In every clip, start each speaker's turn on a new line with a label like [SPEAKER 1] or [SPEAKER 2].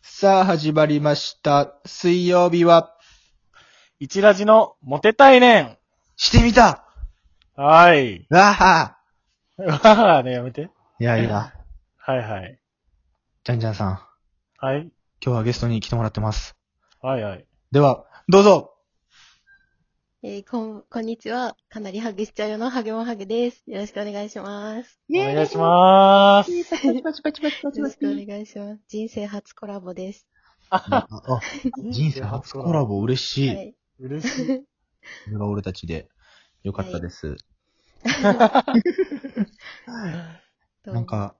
[SPEAKER 1] さあ、始まりました。水曜日は、
[SPEAKER 2] 一ラジのモテたいね
[SPEAKER 1] してみた
[SPEAKER 2] ん。はーい。
[SPEAKER 1] あは
[SPEAKER 2] わはね、やめて。
[SPEAKER 1] いやいや、
[SPEAKER 2] はいはい。
[SPEAKER 1] じゃんじゃんさん、
[SPEAKER 2] はい。
[SPEAKER 1] 今日はゲストに来てもらってます。
[SPEAKER 2] はいはい。
[SPEAKER 1] では、どうぞ
[SPEAKER 3] えーこん、こんにちは。かなりハグしちゃうよのハゲモンハゲです。よろしくお願いします。
[SPEAKER 2] お願いしまーす。
[SPEAKER 3] よろしくお願いします。人生初コラボです。
[SPEAKER 1] あ、あ人生初コラ。ボ嬉し。
[SPEAKER 3] はいい。
[SPEAKER 2] 嬉しい。
[SPEAKER 1] これが俺たちで、よかったです。
[SPEAKER 3] どう
[SPEAKER 1] なん、か、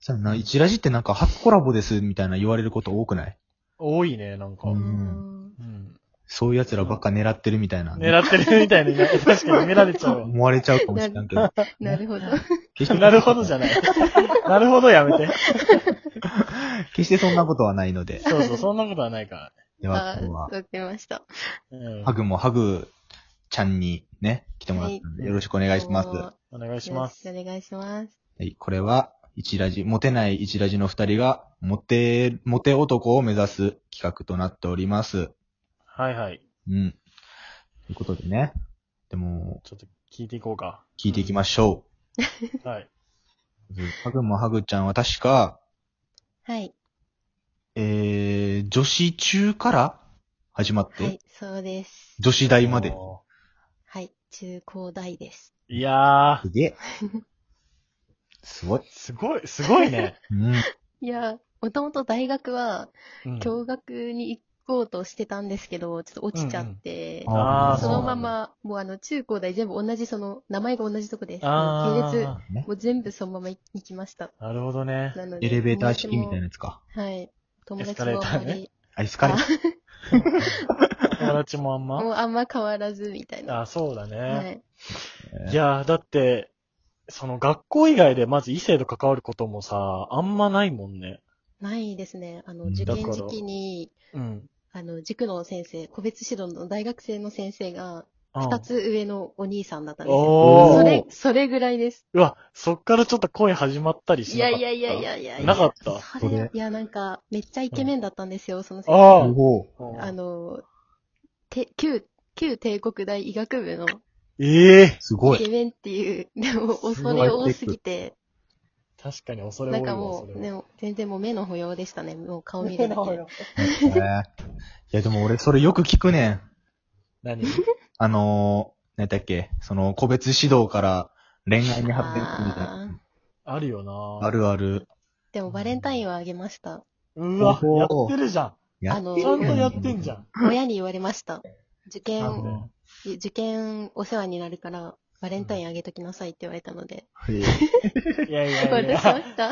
[SPEAKER 1] さな、一ラジってなんか初コラボですみたいな言われること多くない
[SPEAKER 2] 多いね、なんか。
[SPEAKER 1] う
[SPEAKER 3] う
[SPEAKER 2] うん
[SPEAKER 1] ん。
[SPEAKER 2] ん。
[SPEAKER 1] そういう奴らばっか狙ってるみたいな。
[SPEAKER 2] 狙ってるみたいにね、確かに見られちゃう
[SPEAKER 1] 思われちゃうかもしれんけ ど。
[SPEAKER 3] なる ほど。
[SPEAKER 1] 決し
[SPEAKER 2] わ。
[SPEAKER 1] て
[SPEAKER 2] なるほどじゃない。なるほどやめて。
[SPEAKER 1] 決してそんなことはないので。
[SPEAKER 2] そうそう、そんなことはないか
[SPEAKER 1] では、
[SPEAKER 3] あ
[SPEAKER 1] 今日は
[SPEAKER 3] ー、わかりました。
[SPEAKER 2] らね。うん
[SPEAKER 1] ハ。グもハグちゃんにね、来てもらったんで、
[SPEAKER 2] はい
[SPEAKER 1] よろしくお願いします。は
[SPEAKER 3] よ
[SPEAKER 2] お願い
[SPEAKER 3] ろ
[SPEAKER 2] します。
[SPEAKER 3] くお願いします。
[SPEAKER 1] い、これは、一ラジ、モテない一ラジの二人が、モテ、モテ男を目指す企画となっております。
[SPEAKER 2] はいはい。
[SPEAKER 1] うん。ということでね、でも、
[SPEAKER 2] ちょっと聞いていこうか。
[SPEAKER 1] 聞いていきましょ
[SPEAKER 2] はい。
[SPEAKER 1] う。ハグもハグちゃんは確か、
[SPEAKER 3] はい。
[SPEAKER 1] えー、女子中から始まって、
[SPEAKER 3] はい、そうです。
[SPEAKER 1] 女子大まで。
[SPEAKER 2] お
[SPEAKER 3] はい、中高大です。
[SPEAKER 2] ーいやー
[SPEAKER 1] すげ え。すごい。、
[SPEAKER 2] すごい、すごいね。
[SPEAKER 1] うん。
[SPEAKER 3] いやー、もともと大学は、
[SPEAKER 2] うん
[SPEAKER 3] 共学に行こうとしてたんですけど、ちょっと落ちちゃって、
[SPEAKER 1] うん
[SPEAKER 2] あー
[SPEAKER 3] そ
[SPEAKER 2] そう
[SPEAKER 3] の
[SPEAKER 2] な
[SPEAKER 3] ま
[SPEAKER 2] んだ
[SPEAKER 3] ま、もうあの、中高大全部同じ、その、名前が同じとこです。系
[SPEAKER 2] あ
[SPEAKER 3] 列、
[SPEAKER 2] ー。
[SPEAKER 3] もう全部そのまま行きました。
[SPEAKER 2] なるほどね。
[SPEAKER 3] なので
[SPEAKER 1] エレベーター式みたいな。やつか。
[SPEAKER 3] 友達もはい。友
[SPEAKER 2] エス
[SPEAKER 3] 達
[SPEAKER 2] カレー
[SPEAKER 3] も
[SPEAKER 2] タ
[SPEAKER 3] あ
[SPEAKER 2] ー
[SPEAKER 3] ん
[SPEAKER 2] ね
[SPEAKER 3] まり、
[SPEAKER 1] アイスカレー。
[SPEAKER 2] 友達もあん
[SPEAKER 3] も
[SPEAKER 2] ま
[SPEAKER 3] うあんま変わらずみたいな。
[SPEAKER 2] あ、そうだね。
[SPEAKER 3] はい。
[SPEAKER 2] い、やー、だって、その学校以外でまず異性と関わることもさ、あんまないもんね。
[SPEAKER 3] ないですね。あの、
[SPEAKER 1] うん
[SPEAKER 3] 受
[SPEAKER 2] だか
[SPEAKER 3] 験
[SPEAKER 2] ら
[SPEAKER 3] 時期に、
[SPEAKER 2] うん。
[SPEAKER 3] あの、塾の先生、個別指導の大学生の先生が、
[SPEAKER 2] うん
[SPEAKER 3] 二つ上のお兄さんだったんですよ。
[SPEAKER 1] おー
[SPEAKER 3] そ
[SPEAKER 2] お
[SPEAKER 3] れ、それぐらいです。
[SPEAKER 2] うわ、そっからちょっと恋始まったりし
[SPEAKER 3] い
[SPEAKER 2] な
[SPEAKER 3] や
[SPEAKER 2] かった
[SPEAKER 3] いやいやい。やいや。
[SPEAKER 2] なかった
[SPEAKER 3] そ
[SPEAKER 1] それ
[SPEAKER 3] れ、いや、なんか、めっちゃイケメンだったんですよ、その先生。
[SPEAKER 2] あ
[SPEAKER 1] おおー。
[SPEAKER 2] あ。
[SPEAKER 3] あの、て旧、旧帝国大医学部の
[SPEAKER 2] ええ
[SPEAKER 1] すご
[SPEAKER 3] イケ
[SPEAKER 1] い。
[SPEAKER 3] メンっていう、でも
[SPEAKER 2] すご
[SPEAKER 3] 恐
[SPEAKER 2] い
[SPEAKER 3] れ多すぎて、
[SPEAKER 2] 確かに恐れ
[SPEAKER 3] な
[SPEAKER 2] 多い
[SPEAKER 3] んか
[SPEAKER 2] わ、
[SPEAKER 3] も、
[SPEAKER 2] そうれ
[SPEAKER 3] で
[SPEAKER 2] は。
[SPEAKER 3] も全然もう目の保養でしたね、もう顔見るだけ。
[SPEAKER 1] えーいや、でも俺それよく聞くねん。
[SPEAKER 2] 何
[SPEAKER 1] あのー、何だっけ、その、個別指導から恋愛に発展するみたいな。
[SPEAKER 3] あー
[SPEAKER 2] あるよな
[SPEAKER 1] あ。るある。
[SPEAKER 3] でもバレンタインはあげました。
[SPEAKER 2] うわ、や
[SPEAKER 1] お
[SPEAKER 2] ってるじゃ
[SPEAKER 1] や
[SPEAKER 3] あの
[SPEAKER 2] ん。ちゃんとやってんじゃん。
[SPEAKER 3] 親に言われました。受
[SPEAKER 2] な
[SPEAKER 1] るほ
[SPEAKER 3] 験、
[SPEAKER 1] ど
[SPEAKER 2] ん
[SPEAKER 3] 受験お世話になるから、バレンタインあげときなさいって言われたので。
[SPEAKER 1] へえ
[SPEAKER 2] で。いやいやい
[SPEAKER 3] 私は
[SPEAKER 2] や、
[SPEAKER 3] した。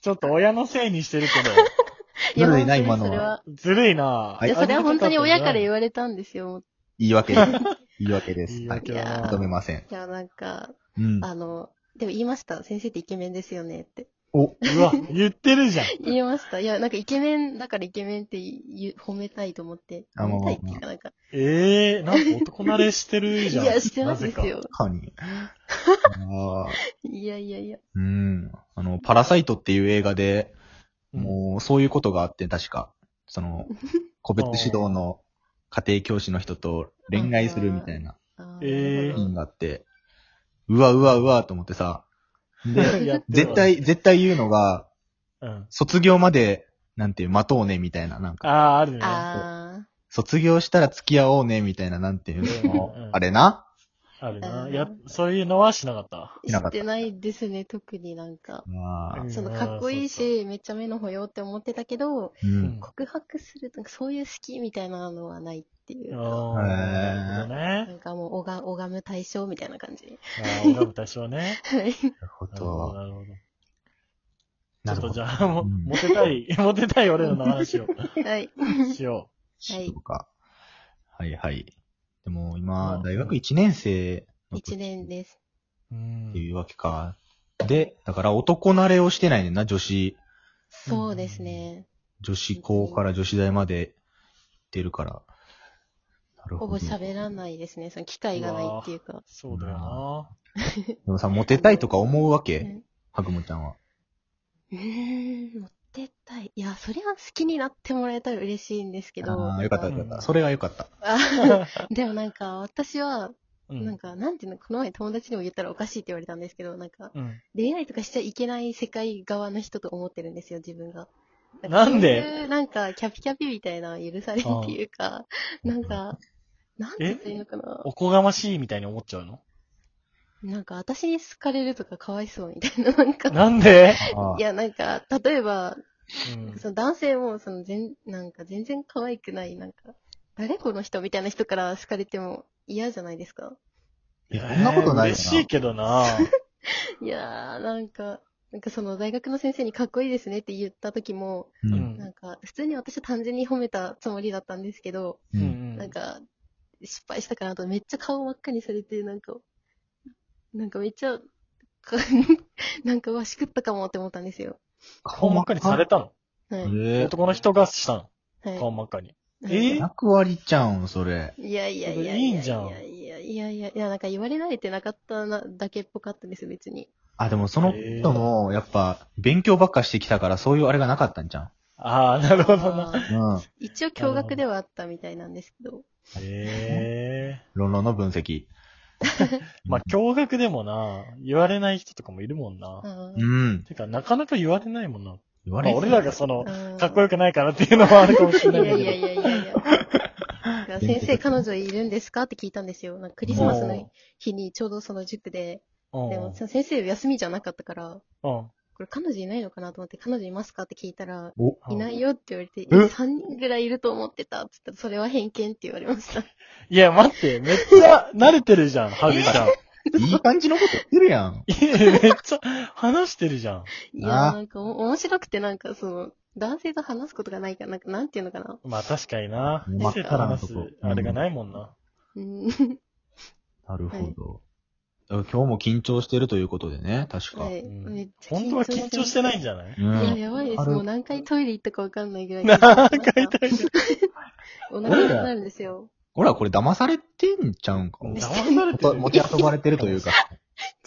[SPEAKER 2] ちょっと親のせいにしてるけど。
[SPEAKER 1] ずるいな
[SPEAKER 3] や
[SPEAKER 1] 今のは
[SPEAKER 3] それは。
[SPEAKER 2] ずるいない
[SPEAKER 3] いや、それは本当に親から言
[SPEAKER 2] わ
[SPEAKER 3] われたんですよ。
[SPEAKER 1] 言い訳です。言い訳です。
[SPEAKER 2] 言い
[SPEAKER 1] はい
[SPEAKER 2] 訳。
[SPEAKER 3] いや
[SPEAKER 2] だ
[SPEAKER 3] ー
[SPEAKER 1] 認め
[SPEAKER 2] な。
[SPEAKER 1] ません。
[SPEAKER 3] いや、なんか、
[SPEAKER 1] うん。
[SPEAKER 3] あの、でも言いました。先生ってイケメンですよねって。
[SPEAKER 1] お、
[SPEAKER 2] うわ、言ってるじゃん。
[SPEAKER 3] 言いました。いや、なんかイケメンだからイケメンって言う褒めたいと思って。
[SPEAKER 1] あ
[SPEAKER 3] 褒
[SPEAKER 1] まあ
[SPEAKER 3] めたいっていうか、なんか。
[SPEAKER 2] ええなんか男慣れしてる
[SPEAKER 3] い
[SPEAKER 2] じゃん。
[SPEAKER 3] や、してますですよ。
[SPEAKER 1] かに。あー
[SPEAKER 3] いやいやいや。
[SPEAKER 1] うん。あの、パラサイトっていう映画で、
[SPEAKER 2] なぜか。も
[SPEAKER 1] もう、そういうことがあって、確か。その、個別指導の家庭教師の人と恋愛するみたいな。
[SPEAKER 3] あ
[SPEAKER 2] え
[SPEAKER 3] ー
[SPEAKER 2] ー
[SPEAKER 1] シーンがあって、うわうわうわと思ってさ、で、
[SPEAKER 2] う、やってる
[SPEAKER 1] 絶。
[SPEAKER 2] わ
[SPEAKER 1] 対、絶対言うのが、
[SPEAKER 2] うん。
[SPEAKER 1] 卒業まで、なんていう、待とうね、みたいな、なん
[SPEAKER 2] あ
[SPEAKER 1] か、
[SPEAKER 2] あ、あるね。あ
[SPEAKER 3] あ
[SPEAKER 1] 卒業したら付き合おうね、みたいな、なんていう
[SPEAKER 2] うん
[SPEAKER 1] の
[SPEAKER 2] うん
[SPEAKER 1] あれな
[SPEAKER 2] るな。
[SPEAKER 3] うん
[SPEAKER 2] や、そういうのはしなかった。
[SPEAKER 1] いなか
[SPEAKER 3] ー
[SPEAKER 1] っ
[SPEAKER 3] したてないですね、特になんか。
[SPEAKER 1] まあ、
[SPEAKER 3] そのかっこいいし、めっちゃ目の保養って思ってたけど、
[SPEAKER 1] うん。
[SPEAKER 3] 告白するとかそういう好きみたいなのはないっていう
[SPEAKER 2] あ
[SPEAKER 3] か。
[SPEAKER 2] あ、なるほど
[SPEAKER 3] な
[SPEAKER 2] ね。
[SPEAKER 3] んかもうおが、拝む対象みたいな 感じ。
[SPEAKER 2] ああ、俺も多少ね。
[SPEAKER 3] はい。
[SPEAKER 1] なるほ
[SPEAKER 2] なるほど、
[SPEAKER 1] ど。
[SPEAKER 2] なるほど。ち
[SPEAKER 1] な
[SPEAKER 2] ょ
[SPEAKER 1] る
[SPEAKER 2] っ
[SPEAKER 1] ほ
[SPEAKER 2] とじ
[SPEAKER 1] ど。
[SPEAKER 2] ゃあ、も
[SPEAKER 1] うん
[SPEAKER 2] モテ たい、モテたい俺らの話を
[SPEAKER 3] はい。
[SPEAKER 2] しよ
[SPEAKER 3] はい
[SPEAKER 1] そうか。はいはい。でも、
[SPEAKER 2] う
[SPEAKER 1] 今
[SPEAKER 2] ん、
[SPEAKER 1] 大学1年生の時
[SPEAKER 3] 一年です。
[SPEAKER 2] う。う
[SPEAKER 1] っ
[SPEAKER 2] ん
[SPEAKER 1] て。いうわけか。で、だから男慣れをしてないねんな、女子。
[SPEAKER 3] そうですね。
[SPEAKER 1] 女子校から女子大まで出るから。なる
[SPEAKER 3] ほ
[SPEAKER 1] ほ
[SPEAKER 3] ぼ
[SPEAKER 1] ど。
[SPEAKER 3] 喋らないですね。その機会がないっていうか。
[SPEAKER 2] そうだよな。
[SPEAKER 1] でもさ、モテたいとか思うわけ
[SPEAKER 3] うん
[SPEAKER 1] はぐもちゃんは。
[SPEAKER 3] うーん、モてたい。いや、そりゃ好きになってもらえたら嬉しいんですけど。
[SPEAKER 1] ああ、よかったよかっ
[SPEAKER 2] う
[SPEAKER 1] た。
[SPEAKER 2] ん
[SPEAKER 1] それがよかった。
[SPEAKER 3] あでもなんか、私は、
[SPEAKER 2] う
[SPEAKER 3] なん
[SPEAKER 2] ん。
[SPEAKER 3] か、なんていうの、この前友達にも言ったらおかしいって言われたんですけど、なんか、
[SPEAKER 2] うん。
[SPEAKER 3] 恋愛とかしちゃいけない世界側の人と思ってるんですよ、自分が。
[SPEAKER 2] なんで
[SPEAKER 3] そういうなんか、キャピキャピみたいな許されんっていうか、なんか、なんて言ったらいいのかな。
[SPEAKER 2] おこがましいみたいに思っちゃうの
[SPEAKER 3] なんか、私に好かれるとかかわいそうみたいな、なんか。
[SPEAKER 2] なんで
[SPEAKER 1] ああ
[SPEAKER 3] いや、なんか、例えば、
[SPEAKER 2] うん
[SPEAKER 3] その男性も、その全、なんか全然可愛くない、なんか、誰この人みたいな人から好かれても嫌じゃないですか。
[SPEAKER 1] いやそんなことないよな
[SPEAKER 2] えー嬉しいけどな。
[SPEAKER 3] いやー、なんか、なんかその大学の先生にかっこいいですねって言った時も、
[SPEAKER 1] うん
[SPEAKER 2] うん
[SPEAKER 3] なんか、普通に私は単純に褒めたつもりだったんですけど、
[SPEAKER 1] う
[SPEAKER 2] うん
[SPEAKER 1] ん。
[SPEAKER 3] なんか、失敗したかなと、めっちゃ顔真っ赤にされて、なんか、なんかめっちゃ、 かなんかわしくったかもって思ったんですよ。
[SPEAKER 2] 顔真っ赤にされたの
[SPEAKER 3] はい。
[SPEAKER 1] え
[SPEAKER 2] 男の人がしたの
[SPEAKER 3] は
[SPEAKER 2] 顔真っ赤に。
[SPEAKER 3] い。
[SPEAKER 2] え
[SPEAKER 1] え
[SPEAKER 2] ー
[SPEAKER 1] 役割ちゃうん、それ。
[SPEAKER 3] いやいやいやや。
[SPEAKER 2] いいんじゃん
[SPEAKER 3] いやいやいやいや、いやなんか言われられてなかったなだけっぽかったんです、別に。
[SPEAKER 1] あ、でもその人も、やっぱ、勉強ばっかしてきたから、そういうあれがなかったんじゃ
[SPEAKER 2] ああ、なるほどな。
[SPEAKER 3] あー
[SPEAKER 1] ん。うん。
[SPEAKER 3] 一応驚愕ではあったみたいなんですけど。
[SPEAKER 2] ええ
[SPEAKER 1] 論論の分析。
[SPEAKER 2] まあ、驚愕でもな、言われない人とかもいるもんな。
[SPEAKER 3] あー
[SPEAKER 1] うん。
[SPEAKER 2] てか、なかなか言われないもんな。
[SPEAKER 1] 言わ
[SPEAKER 2] まあ、
[SPEAKER 1] れ
[SPEAKER 2] 俺らがその、
[SPEAKER 3] あー
[SPEAKER 2] かっこよくないからっていうのもあるかもしれ
[SPEAKER 3] い
[SPEAKER 2] ないん
[SPEAKER 3] や
[SPEAKER 2] だ
[SPEAKER 3] いや
[SPEAKER 2] け
[SPEAKER 3] いやいやいや。なんか先生、彼女いるんですかって聞いたんですよ。なんかクリスマスの日にちょうどその塾で、
[SPEAKER 2] ど。
[SPEAKER 3] でも先生休みじゃなかったから、
[SPEAKER 2] うん。うん。
[SPEAKER 3] これ彼女いないのかなと思って、彼女いますかって聞いたら、
[SPEAKER 1] お、
[SPEAKER 2] うん
[SPEAKER 3] いないよって言われて、
[SPEAKER 1] え
[SPEAKER 3] 3人ぐらいいると思ってたって言ったら、それは偏見って言われました。
[SPEAKER 2] いや、待って、めっちゃ慣れてるじゃん、ハグちゃん。
[SPEAKER 1] いい感じのこと言ってるやん。
[SPEAKER 2] いや、めっちゃ話してるじゃん。
[SPEAKER 3] いや、
[SPEAKER 1] な
[SPEAKER 3] なんかお面白くて、なんかその、男性と話すことがないから、なんか、なんていうのかな。
[SPEAKER 2] まあ、確かにな。
[SPEAKER 1] 真
[SPEAKER 3] っ
[SPEAKER 2] 生と
[SPEAKER 3] 赤
[SPEAKER 1] な
[SPEAKER 2] 話
[SPEAKER 1] と
[SPEAKER 2] す
[SPEAKER 1] こ、
[SPEAKER 2] あれがないもんな。
[SPEAKER 3] うん。
[SPEAKER 1] なるほど。今日も緊張してるということでね、確か。
[SPEAKER 3] はい。
[SPEAKER 2] うん
[SPEAKER 3] めっちゃ
[SPEAKER 2] 本当は緊張してないんじゃない
[SPEAKER 1] うん。
[SPEAKER 3] いや、やばいで
[SPEAKER 1] あ
[SPEAKER 3] す。
[SPEAKER 1] れ
[SPEAKER 3] もう何回トイレ行ったかわかんないぐらい。
[SPEAKER 2] 何回トイレ
[SPEAKER 3] お腹痛くなるんですよ。
[SPEAKER 1] ほら、これ騙されてんちゃうんか。
[SPEAKER 2] 騙されて
[SPEAKER 1] も
[SPEAKER 2] る。
[SPEAKER 1] 持ち遊ばれてるというか。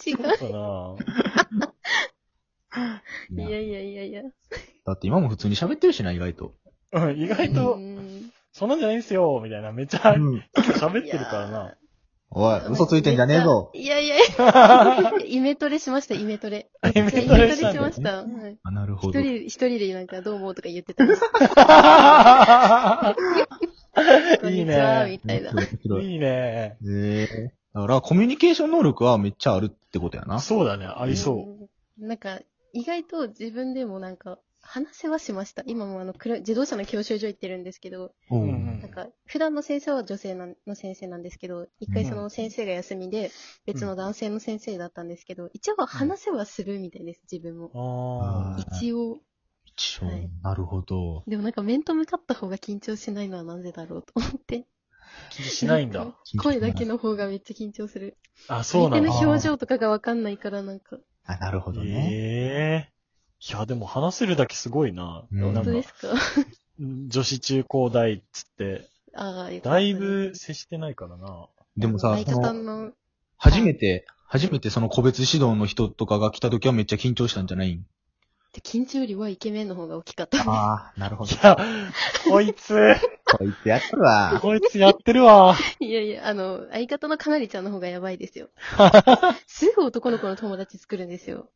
[SPEAKER 3] 違
[SPEAKER 2] ちょ
[SPEAKER 3] う。
[SPEAKER 2] っと
[SPEAKER 3] い
[SPEAKER 1] いや
[SPEAKER 3] やいやいやいや。
[SPEAKER 1] だって今も普通に喋ってるしな、意外と。
[SPEAKER 2] なうん、意外
[SPEAKER 3] う
[SPEAKER 2] と、
[SPEAKER 3] ん
[SPEAKER 2] そんなんじゃないんすよ、みたいな。めっちゃ
[SPEAKER 1] うん
[SPEAKER 2] 喋ってるからな。
[SPEAKER 1] おい、嘘ついてんじゃねえぞ。
[SPEAKER 3] いやいや、イメトレしました、イメトレ。
[SPEAKER 2] イメ
[SPEAKER 3] イメ
[SPEAKER 2] ト
[SPEAKER 3] ト
[SPEAKER 2] レ
[SPEAKER 3] レ
[SPEAKER 2] し
[SPEAKER 3] したま
[SPEAKER 2] ん
[SPEAKER 3] し
[SPEAKER 2] だよ
[SPEAKER 3] た。
[SPEAKER 2] ね
[SPEAKER 3] はい
[SPEAKER 1] あ、なる
[SPEAKER 3] 一
[SPEAKER 1] ほど。
[SPEAKER 3] 人、一人でなんかどうもとか言ってたんです。 こ ん
[SPEAKER 2] いい
[SPEAKER 3] にちは、み
[SPEAKER 2] ね。
[SPEAKER 3] たいな。
[SPEAKER 1] 面白い。
[SPEAKER 2] いいね。
[SPEAKER 1] ええだから、コミュニケーション能力はめっちゃあるってことやな。
[SPEAKER 2] そうだね、ありそう。
[SPEAKER 3] うん。なんか、意外と自分でもなんか、話せはしました。今もあの、車自動車の教習所行ってるんですけど、
[SPEAKER 1] う
[SPEAKER 2] うん
[SPEAKER 1] ん。
[SPEAKER 3] なんか、普段の先生は女性なんの先生なんですけど、一回
[SPEAKER 2] うん
[SPEAKER 3] その先生が休みで、別の男性の先生だったんですけど、一応は話せはするみたいです、自分も。
[SPEAKER 2] あ
[SPEAKER 1] うん
[SPEAKER 3] 一応。
[SPEAKER 1] 一応
[SPEAKER 3] はい
[SPEAKER 1] なるほど。
[SPEAKER 3] でもなんか面と向かった方が緊張しないのはなぜだろうと思って。
[SPEAKER 2] あ、気にしないんだ。。
[SPEAKER 3] 声だけの方がめっちゃ緊張する。
[SPEAKER 2] あ、そう
[SPEAKER 3] 相
[SPEAKER 2] な
[SPEAKER 3] 手
[SPEAKER 2] んだ
[SPEAKER 3] の。表情とかがわかんないからなんか。
[SPEAKER 1] あ、なるほどね。
[SPEAKER 2] ええいや、でも話せるだけすごいな。
[SPEAKER 1] うん
[SPEAKER 2] な
[SPEAKER 3] 本
[SPEAKER 2] ん
[SPEAKER 3] 当で
[SPEAKER 2] か、
[SPEAKER 3] すか
[SPEAKER 2] 女子中高大っつって、
[SPEAKER 3] ああ、よかった
[SPEAKER 2] だい
[SPEAKER 3] です、
[SPEAKER 2] ぶ接してないからな。
[SPEAKER 1] でもさ、
[SPEAKER 3] 相
[SPEAKER 1] そ
[SPEAKER 3] 方
[SPEAKER 1] の、
[SPEAKER 3] の、
[SPEAKER 1] 初めて、初めてその個別指導の人とかが来た時はめっちゃ緊張したんじゃないん
[SPEAKER 3] 緊張よりはイケメンの方が大きかった。
[SPEAKER 1] ああ、なるほ
[SPEAKER 2] い。や、こいつ、
[SPEAKER 1] こいつやったわ。
[SPEAKER 2] こいつやってるわ。
[SPEAKER 3] いやいや、あの、相方のかなりちゃんの方がやば いですよ。すぐ男の子の友達作るんですよ。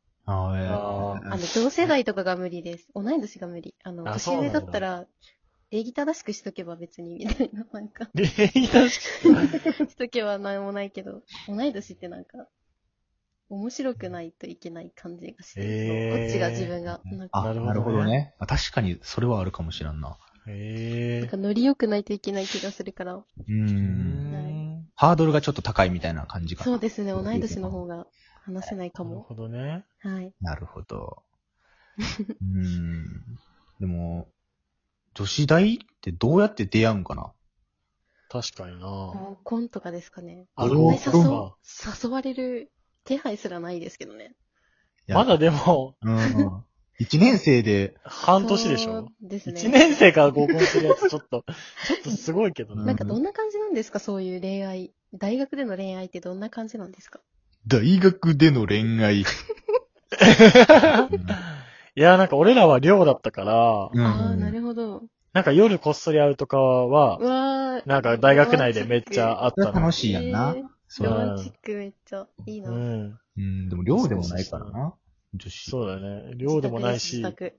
[SPEAKER 1] あ
[SPEAKER 3] あの、同世代とかが無理です。同い年が無理。あの、
[SPEAKER 2] あ
[SPEAKER 3] 年上だったら、礼儀正しくしとけば別に、みたいな、 なんか、
[SPEAKER 2] 礼儀正し
[SPEAKER 3] しとけばなんもないけど、同い年ってなんか、面白くないといけない感じがして、
[SPEAKER 2] へー
[SPEAKER 3] こっちが自分が。なんか、
[SPEAKER 1] あ、な
[SPEAKER 2] な
[SPEAKER 1] る
[SPEAKER 2] る
[SPEAKER 1] ほ
[SPEAKER 2] ほ
[SPEAKER 1] ど
[SPEAKER 2] ど
[SPEAKER 1] ね。あ確かに、それはあるかもしらんな。
[SPEAKER 2] く。え
[SPEAKER 3] なんかノリ良くないといけない気がするから。
[SPEAKER 1] う
[SPEAKER 2] え
[SPEAKER 1] ん。ハードルがちょっと高いみたいな感じか
[SPEAKER 3] そ
[SPEAKER 1] な
[SPEAKER 3] う。ですね、同い年の方が話せないか
[SPEAKER 2] なる
[SPEAKER 3] も。
[SPEAKER 2] ほどね。
[SPEAKER 3] はい。
[SPEAKER 1] なるほど。うん。でも、女子大ってどうやって出会うんかな
[SPEAKER 2] 確かにな。
[SPEAKER 3] 合コンとかですかね。
[SPEAKER 2] あ
[SPEAKER 3] あん
[SPEAKER 1] 合
[SPEAKER 3] まり
[SPEAKER 1] コン
[SPEAKER 3] 誘
[SPEAKER 2] か
[SPEAKER 3] 誘われる気配すらないですけどね。
[SPEAKER 2] まだでも、
[SPEAKER 1] うん。一年生で、
[SPEAKER 2] 半年でし
[SPEAKER 3] そ
[SPEAKER 2] ょ
[SPEAKER 3] うですね。
[SPEAKER 2] 一年生から合コンするやつ、ちょっと、 ちょっとすごいけど
[SPEAKER 1] う
[SPEAKER 2] ね。
[SPEAKER 3] なんかどんな感じなんですか、そういう恋愛。大学での恋愛ってどんな感じなんですか
[SPEAKER 1] 大学での恋愛。うん
[SPEAKER 2] いや、なんか俺らは寮だったから、
[SPEAKER 1] うん
[SPEAKER 3] ああ、なるほど。
[SPEAKER 2] なんか夜こっそり会うとかは
[SPEAKER 3] う、わー
[SPEAKER 2] なんか大学内でめっちゃあっ
[SPEAKER 1] それ
[SPEAKER 2] た
[SPEAKER 1] は楽
[SPEAKER 2] の。
[SPEAKER 1] しいやんな
[SPEAKER 3] え。ー
[SPEAKER 1] そ
[SPEAKER 3] ロ
[SPEAKER 1] う
[SPEAKER 2] う
[SPEAKER 3] マンチックめっちゃいいうな。
[SPEAKER 2] ん。
[SPEAKER 1] うん、でも寮でもないからな。女子。
[SPEAKER 2] そうだよね。寮でもないし
[SPEAKER 3] 自、宅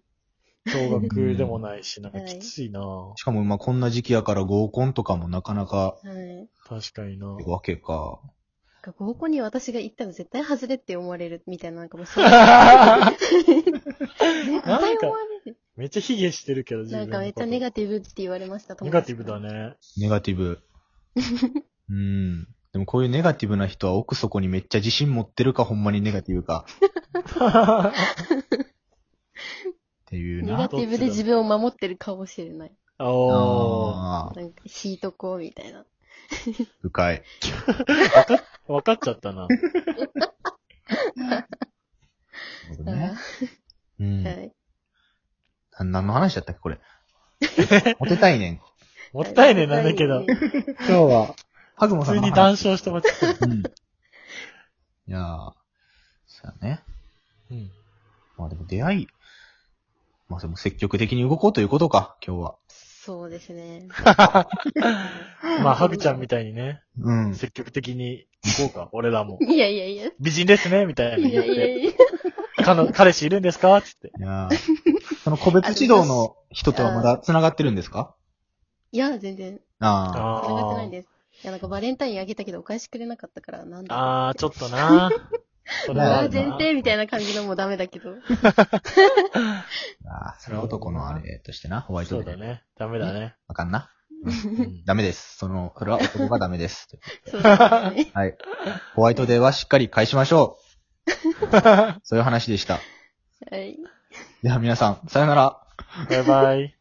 [SPEAKER 2] 共学でもないし、なんか
[SPEAKER 3] はい
[SPEAKER 2] きついな
[SPEAKER 1] しかも今こんな時期やから合コンとかもなかなか
[SPEAKER 3] です自宅はい。
[SPEAKER 2] 確かにな
[SPEAKER 1] ってわけか。
[SPEAKER 3] なんか合コンに私が行ったら絶対外れって思われるみたいな、なんかもう そう。絶
[SPEAKER 2] め
[SPEAKER 3] 対思われる。
[SPEAKER 2] っちゃ卑下してるけど、自
[SPEAKER 3] な
[SPEAKER 2] 分
[SPEAKER 3] んかめっちゃネガティブって言われました、
[SPEAKER 2] ネガティブだ
[SPEAKER 3] ね。
[SPEAKER 2] ね。
[SPEAKER 1] ネガティブ。うん。でもこういうネガティブな人は奥底にめっちゃ自信持ってるかほんまにネガティブかっていう
[SPEAKER 3] ネ
[SPEAKER 1] な。
[SPEAKER 3] ガティブで自分を守ってるかもしれない。
[SPEAKER 2] おー。
[SPEAKER 1] あ
[SPEAKER 3] なんか、引いとこうみたいな。
[SPEAKER 1] ー深い。
[SPEAKER 2] わかっちゃった
[SPEAKER 1] な
[SPEAKER 2] な。
[SPEAKER 1] るほど
[SPEAKER 3] あ
[SPEAKER 1] ねうん。
[SPEAKER 3] ーは。
[SPEAKER 1] ない何の話だったっけこれ。 モテたいねん。
[SPEAKER 2] もったいねえなんだけ ど、
[SPEAKER 1] 今日は、ハグモ
[SPEAKER 2] 普
[SPEAKER 1] さん
[SPEAKER 2] 通
[SPEAKER 1] の
[SPEAKER 2] に
[SPEAKER 1] 話。
[SPEAKER 2] 談笑してもらっちゃった。
[SPEAKER 1] うん。いやー、そうやね。
[SPEAKER 2] うん
[SPEAKER 1] まあでも出会い、まあでも積極的に動こうということか、今日は。
[SPEAKER 3] そうですね。
[SPEAKER 2] まあ、ハグちゃんみたいにね、
[SPEAKER 1] うん。
[SPEAKER 2] 積極的に行こうか、俺らも。
[SPEAKER 3] いやいやいや。
[SPEAKER 2] 美人ですね、みたい
[SPEAKER 3] い
[SPEAKER 2] な言
[SPEAKER 3] や
[SPEAKER 2] っ
[SPEAKER 3] いや
[SPEAKER 2] て。
[SPEAKER 3] いや。
[SPEAKER 2] 彼彼氏いるんですかつって。
[SPEAKER 1] いやーその個別指導の人とは まだ繋がってるんですか
[SPEAKER 3] いや、全然。
[SPEAKER 1] ああ。
[SPEAKER 3] 繋がってない
[SPEAKER 2] あ
[SPEAKER 3] です。いや、なんかバレンタインあげたけどお返しくれなかったから、なんだろう。
[SPEAKER 2] あー、ちょっと な。それはあ
[SPEAKER 3] あ
[SPEAKER 2] る
[SPEAKER 3] ー前
[SPEAKER 2] な。
[SPEAKER 3] 提みたいな感じのもダメだけど。
[SPEAKER 1] あーそれは男のあれとしてな、ホワイ
[SPEAKER 2] そ
[SPEAKER 1] ト
[SPEAKER 2] う
[SPEAKER 1] で。
[SPEAKER 2] だね。ダメだね。
[SPEAKER 1] あかんな。
[SPEAKER 2] うん
[SPEAKER 1] ダメです。その、それは男がダメです。
[SPEAKER 3] そうです ね。
[SPEAKER 1] はい。ホワイトデーはしっかり返しましょ う。そういう話でした。
[SPEAKER 3] はい。
[SPEAKER 1] では皆さん、さよなら。
[SPEAKER 2] バイバイ。